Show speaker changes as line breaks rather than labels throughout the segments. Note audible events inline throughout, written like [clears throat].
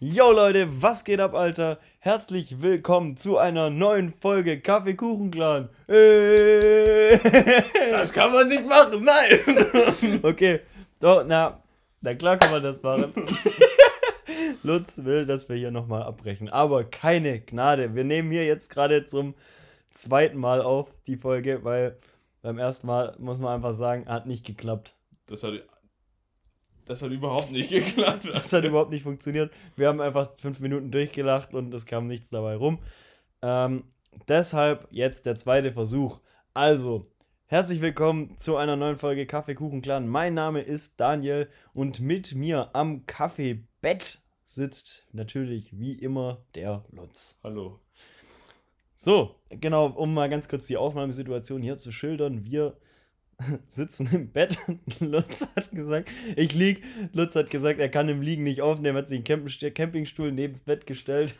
Yo Leute, was geht ab, Alter? Herzlich willkommen zu einer neuen Folge Kaffeekuchenclan.
Das kann man nicht machen, nein!
[laughs] Okay, doch, na, na klar kann man das machen. Lutz will, dass wir hier nochmal abbrechen, aber keine Gnade. Wir nehmen hier jetzt gerade zum zweiten Mal auf die Folge, weil beim ersten Mal, muss man einfach sagen, hat nicht geklappt.
Das hat, das hat überhaupt nicht [laughs] geklappt.
Das hat überhaupt nicht funktioniert. Wir haben einfach fünf Minuten durchgelacht und es kam nichts dabei rum. Ähm, deshalb jetzt der zweite Versuch. Also, herzlich willkommen zu einer neuen Folge Kaffeekuchen Clan. Mein Name ist Daniel und mit mir am Kaffeebett sitzt natürlich wie immer der Lutz.
Hallo.
So, genau, um mal ganz kurz die Aufnahmesituation hier zu schildern. Wir [laughs] sitzen im Bett. [laughs] Lutz hat gesagt, ich lieg. Lutz hat gesagt, er kann im Liegen nicht aufnehmen, hat sich einen Campen- Campingstuhl neben das Bett gestellt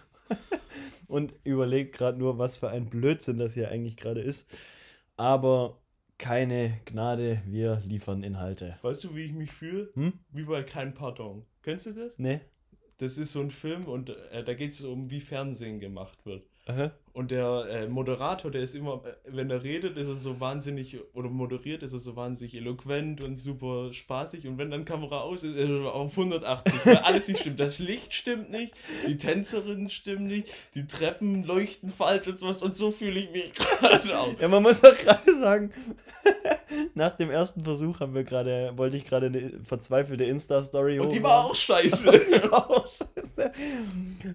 [laughs] und überlegt gerade nur, was für ein Blödsinn das hier eigentlich gerade ist. Aber keine Gnade, wir liefern Inhalte.
Weißt du, wie ich mich fühle?
Hm?
Wie bei Kein Pardon. Kennst du das?
Ne?
Das ist so ein Film und äh, da geht es um, wie Fernsehen gemacht wird.
Aha.
Und der äh, Moderator, der ist immer, äh, wenn er redet, ist er so wahnsinnig, oder moderiert, ist er so wahnsinnig eloquent und super spaßig. Und wenn dann Kamera aus ist, ist er auf 180, weil alles nicht stimmt. Das Licht stimmt nicht, die Tänzerinnen stimmen nicht, die Treppen leuchten falsch und sowas. Und so fühle ich mich [laughs] gerade auch.
Ja, man muss auch gerade sagen, [laughs] nach dem ersten Versuch haben wir gerade, wollte ich gerade eine verzweifelte Insta-Story
Und die
hochladen.
war auch scheiße.
[laughs] Oh, scheiße.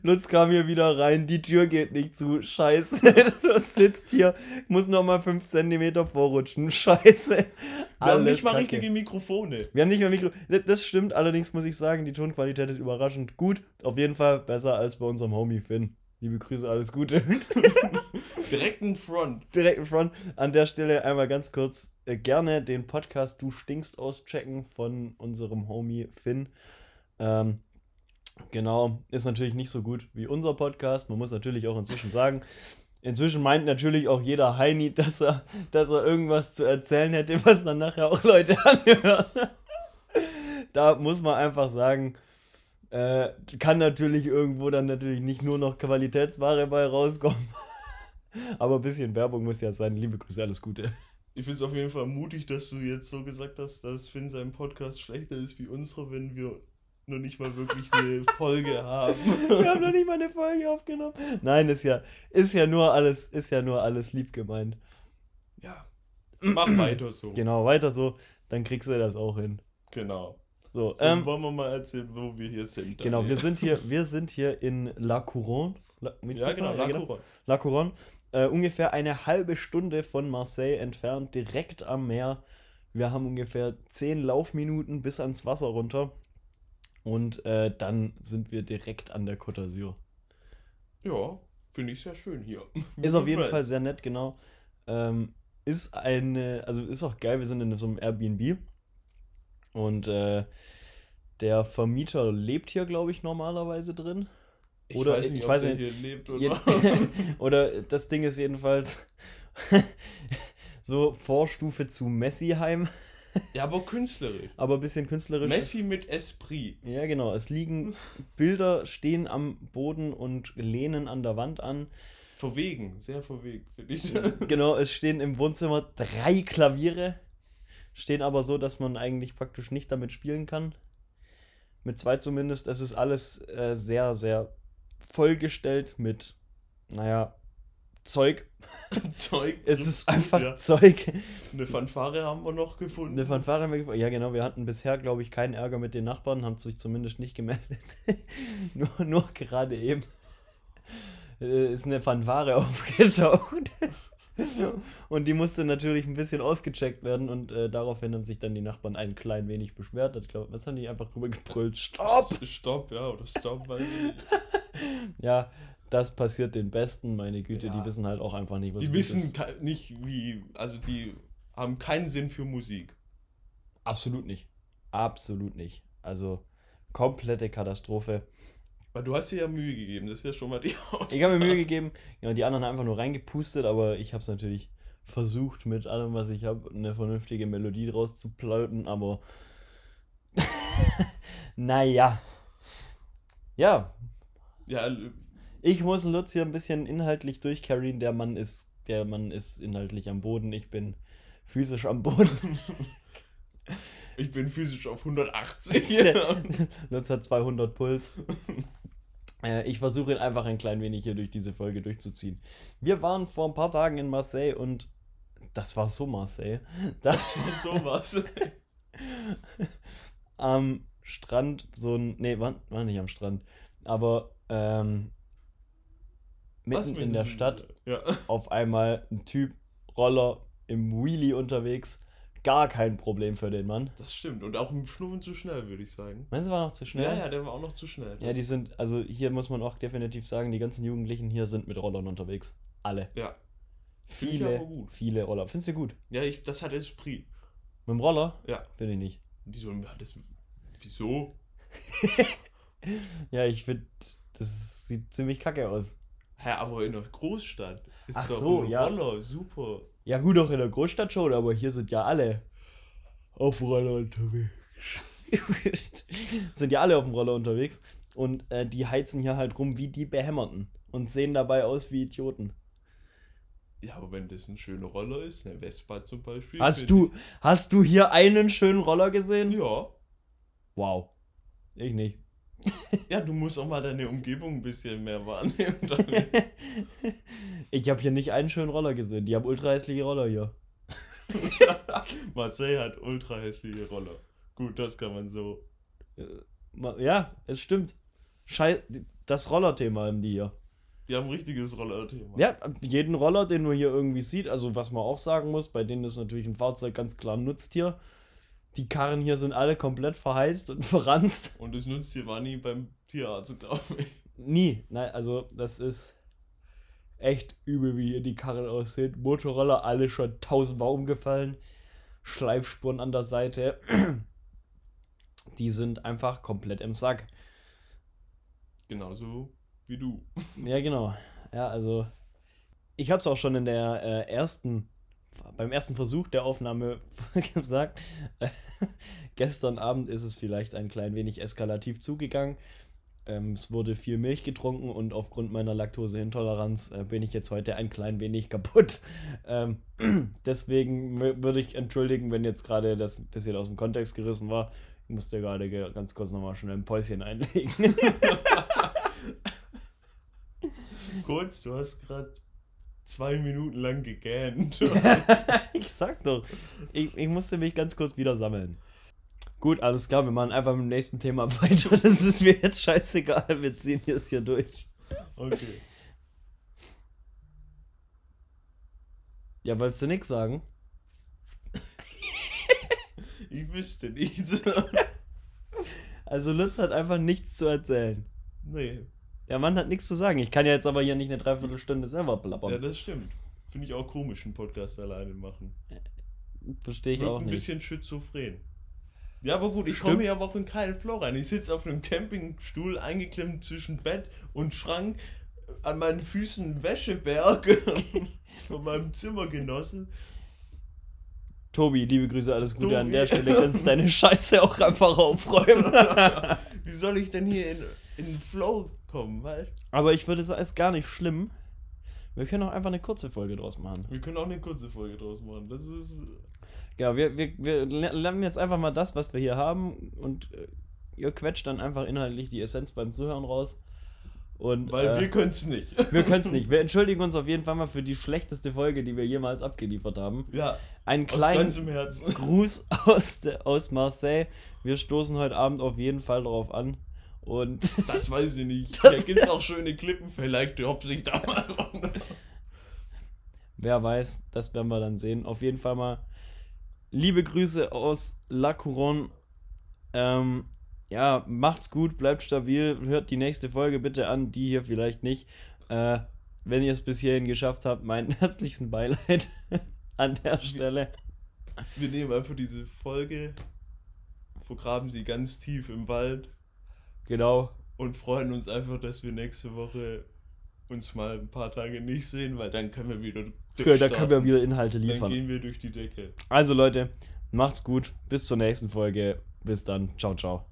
Lutz kam hier wieder rein, die Tür geht nicht zu, scheiße. [laughs] Lutz sitzt hier, muss nochmal 5 cm vorrutschen, scheiße.
Wir haben nicht mal
Kacke.
richtige Mikrofone.
Wir haben nicht mal Mikro. Das stimmt, allerdings muss ich sagen, die Tonqualität ist überraschend gut. Auf jeden Fall besser als bei unserem Homie Finn. Liebe Grüße, alles Gute.
Direkt in Front.
Direkt in Front. An der Stelle einmal ganz kurz äh, gerne den Podcast Du stinkst auschecken von unserem Homie Finn. Ähm, genau, ist natürlich nicht so gut wie unser Podcast. Man muss natürlich auch inzwischen sagen, inzwischen meint natürlich auch jeder Heini, [laughs] dass er, dass er irgendwas zu erzählen hätte, was dann nachher auch Leute [laughs] anhören. Da muss man einfach sagen, äh, kann natürlich irgendwo dann natürlich nicht nur noch Qualitätsware bei rauskommen. Aber ein bisschen Werbung muss ja sein. Liebe Grüße, alles [laughs] Gute.
Ich finde es auf jeden Fall mutig, dass du jetzt so gesagt hast, dass Finn sein Podcast schlechter ist wie unsere, wenn wir noch nicht mal
[laughs]
wirklich eine Folge haben.
Wir haben noch nicht mal eine Folge aufgenommen. Nein, ist ja, ist ja nur alles, ist ja nur alles lieb gemeint.
Ja. Mach
[clears throat]
weiter so.
Genau, weiter so, dann kriegst du das auch hin.
Genau.
So,
So,
ähm,
wollen wir mal erzählen, wo wir hier sind.
genau, wir
Daniel?
sind hier, wir sind hier in La Couronne. La, wie
Ja,
spricht
genau,
man?
La Couronne.
La Couronne. Äh, ungefähr eine halbe Stunde von Marseille entfernt, direkt am Meer. Wir haben ungefähr zehn Laufminuten bis ans Wasser runter. Und äh, dann sind wir direkt an der Côte d'Azur.
Ja, finde ich sehr schön hier.
genau. Ist auf jeden Fall sehr nett, genau. Ähm, ist eine, also ist auch geil, wir sind in so einem Airbnb und äh, der Vermieter lebt hier, glaube ich, normalerweise drin.
Ich
oder-
weiß nicht,
ich
ob
weiß
der
nicht.
hier lebt
Je- [laughs]
oder.
oder das Ding ist jedenfalls [laughs] so Vorstufe zu Messi-Heim,
[laughs] ja, aber künstlerisch.
aber ein bisschen künstlerisch.
Messi mit Esprit.
Ja, genau. Es liegen Bilder, stehen am Boden und lehnen an der Wand an.
Verwegen, sehr verwegen, finde ich.
genau, es stehen im Wohnzimmer drei Klaviere. Stehen aber so, dass man eigentlich praktisch nicht damit spielen kann. Mit zwei zumindest. Es ist alles äh, sehr, sehr vollgestellt mit, naja, Zeug.
[laughs] Zeug.
Es ist einfach
Hm, Ja.
Zeug.
Eine Fanfare haben wir noch gefunden.
Eine Fanfare haben wir gefunden. Ja, genau. Wir hatten bisher, glaube ich, keinen Ärger mit den Nachbarn, haben sich zumindest nicht gemeldet. [laughs] nur, nur gerade eben äh, ist eine Fanfare [laughs] aufgetaucht. und die musste natürlich ein bisschen ausgecheckt werden und äh, daraufhin haben sich dann die Nachbarn ein klein wenig beschwert. Ich glaube, was haben die einfach rübergebrüllt? Stopp!
Stopp, ja, oder Stopp, weiß ich nicht.
Ja, das passiert den Besten, meine Güte.
Ja.
Die wissen halt auch einfach nicht, was
Die
gut
wissen
ist.
ke- nicht, wie, also die haben keinen Sinn für Musik.
Absolut nicht. Absolut nicht. Also komplette Katastrophe.
Weil du hast dir ja Mühe gegeben, das ist ja schon mal die
[laughs]
Hauptsache.
Ich habe
[laughs]
mir Mühe gegeben. Ja, die anderen haben einfach nur reingepustet, aber ich habe es natürlich versucht, mit allem, was ich habe, eine vernünftige Melodie draus zu plauten, [laughs] aber naja. Ja,
Ja,
Ich muss den Lutz hier ein bisschen inhaltlich durchcarryen. Der Mann ist, der Mann ist inhaltlich am Boden. Ich bin physisch am Boden.
ich bin physisch auf
[laughs]
180.
Der- Lutz hat 200 Puls. Äh, Ich versuche ihn einfach ein klein wenig hier durch diese Folge durchzuziehen. Wir waren vor ein paar Tagen in Marseille und das war so Marseille. Das
[laughs] Sowas.
am Strand so ein. Nee, war, war nicht am Strand. Aber ähm,
Was
mitten
mit
in der
diesem-
Stadt
Ja.
auf einmal ein Typ, Roller im Wheelie unterwegs. Gar kein Problem für den Mann.
Das stimmt. Und auch im Schnuffen zu schnell, würde ich sagen.
Meinst du, war noch zu schnell?
Ja, ja, der war auch noch zu schnell.
Ja,
Das-
die sind, also hier muss man auch definitiv sagen, die ganzen Jugendlichen hier sind mit Rollern unterwegs. Alle.
ja. Find ich
Viele,
aber gut.
viele Roller. Findest du gut?
ja ich, das hat Esprit.
Mit dem Roller?
Ja.
Finde ich nicht.
Wieso? Ja, das, wieso?
Ja, ich finde, das sieht ziemlich kacke aus.
Hä, aber in der Großstadt ist
Ach
doch
so,
ein
ja.
Roller, super.
Ja, gut, auch in der Großstadt schon, aber hier sind ja alle auf dem Roller unterwegs. [laughs] sind ja alle auf dem Roller unterwegs und äh, die heizen hier halt rum wie die Behämmerten und sehen dabei aus wie Idioten.
Ja, aber wenn das ein schöner Roller ist, eine Vespa zum Beispiel.
Hast
find
du, hast du hier einen schönen Roller
ich-
gesehen?
Ja.
Wow. Ich nicht.
Ja, du musst auch mal deine Umgebung ein bisschen mehr wahrnehmen. [laughs] Dann.
[laughs] ich habe hier nicht einen schönen Roller gesehen. Die haben ultra hässliche Roller hier.
Marseille hat ultra hässliche Roller. Gut, das kann man so.
Ma- Ja, es stimmt. Schei die- das Rollerthema haben die hier.
Die haben ein richtiges Rollerthema.
Ja, jeden Roller, den man hier irgendwie sieht, also was man auch sagen muss, bei denen ist natürlich ein Fahrzeug ganz klar ein Nutztier. Die Karren hier sind alle komplett verheizt und [laughs] verranzt.
Und das nutzt dir war nie beim Tierarzt, glaube ich.
Nie. Nein, also das ist echt übel, wie hier die Karren aussehen. Motorroller alle schon tausendmal umgefallen. Schleifspuren an der Seite. [clears throat] Die sind einfach komplett im Sack.
Genauso wie du.
Ja, genau. Ja, also ich habe es auch schon in der äh, ersten, beim ersten Versuch der Aufnahme [laughs] gesagt. gestern Abend ist es vielleicht ein klein wenig eskalativ zugegangen. Ähm, es wurde viel Milch getrunken und aufgrund meiner Laktoseintoleranz äh, bin ich jetzt heute ein klein wenig kaputt. [laughs] Ähm, [clears throat] deswegen mö- würde ich entschuldigen, wenn jetzt gerade das ein bisschen aus dem Kontext gerissen war. Ich musste gerade ge- ganz kurz nochmal schnell ein Päuschen [laughs] einlegen.
Kurz, du hast gerade zwei Minuten
[laughs]
lang gegähnt.
ich sag doch. Ich, ich musste mich ganz kurz wieder sammeln. Gut, alles klar, wir machen einfach mit dem nächsten Thema [laughs] weiter. Das ist mir jetzt scheißegal. Wir ziehen es hier durch.
Okay.
Ja, wolltest du nichts sagen?
Ich wüsste nichts. [laughs]
Also Lutz hat einfach nichts zu erzählen.
nee.
Der Mann hat nichts zu sagen. Ich kann ja jetzt aber hier nicht eine Dreiviertelstunde selber
Ja,
blabbern.
das stimmt. Finde ich auch komisch, einen Podcast alleine machen.
Verstehe ich
Wirkt
auch
ein
nicht.
bisschen schizophren. Ja, aber gut, ich
Stimmt.
komme hier aber auch in keinen Flow rein. Ich sitze auf einem Campingstuhl, eingeklemmt zwischen Bett und Schrank, äh, an meinen Füßen Wäscheberge [laughs] von
[laughs]
meinem Zimmergenossen.
Tobi, liebe Grüße, alles Gute an
Tobi.
der Stelle. Kannst deine Scheiße auch einfach aufräumen.
[laughs] Wie soll ich denn hier in, in den Flow kommen? Weil
aber ich würde sagen, ist gar nicht schlimm. Wir können auch einfach eine kurze Folge draus machen.
wir können auch eine kurze Folge draus machen. Das ist.
Genau, wir, wir, wir le- lernen jetzt einfach mal das, was wir hier haben und äh, ihr quetscht dann einfach inhaltlich die Essenz beim Zuhören raus. Und
Weil
äh,
wir können es nicht.
wir, können es nicht. Wir entschuldigen uns auf jeden Fall mal für die schlechteste Folge, die wir jemals abgeliefert haben.
Ja,
Einen
aus
kleinen [laughs]
ganzem Herzen.
Gruß aus, der, aus Marseille. Wir stoßen heute Abend auf jeden Fall darauf an. Und
Das weiß ich nicht.
Das-
da gibt es auch schöne Klippen, vielleicht hopps ich da mal
[laughs]
rum.
wer weiß, das werden wir dann sehen. Auf jeden Fall mal liebe Grüße aus La Couronne. Ähm, ja, macht's gut, bleibt stabil, hört die nächste Folge bitte an, die hier vielleicht nicht. Äh, wenn ihr es bis hierhin geschafft habt, meinen [laughs] herzlichsten Beileid [laughs] an der Stelle.
Wir nehmen einfach diese Folge, vergraben sie ganz tief im Wald
Genau.
und freuen uns einfach, dass wir nächste Woche uns mal ein paar Tage nicht sehen, weil dann können wir wieder
Okay, da können wir
durchstarten.
wieder Inhalte
Dann
liefern.
gehen wir durch die Decke.
Also Leute, macht's gut, bis zur nächsten Folge. Bis dann, ciao, ciao.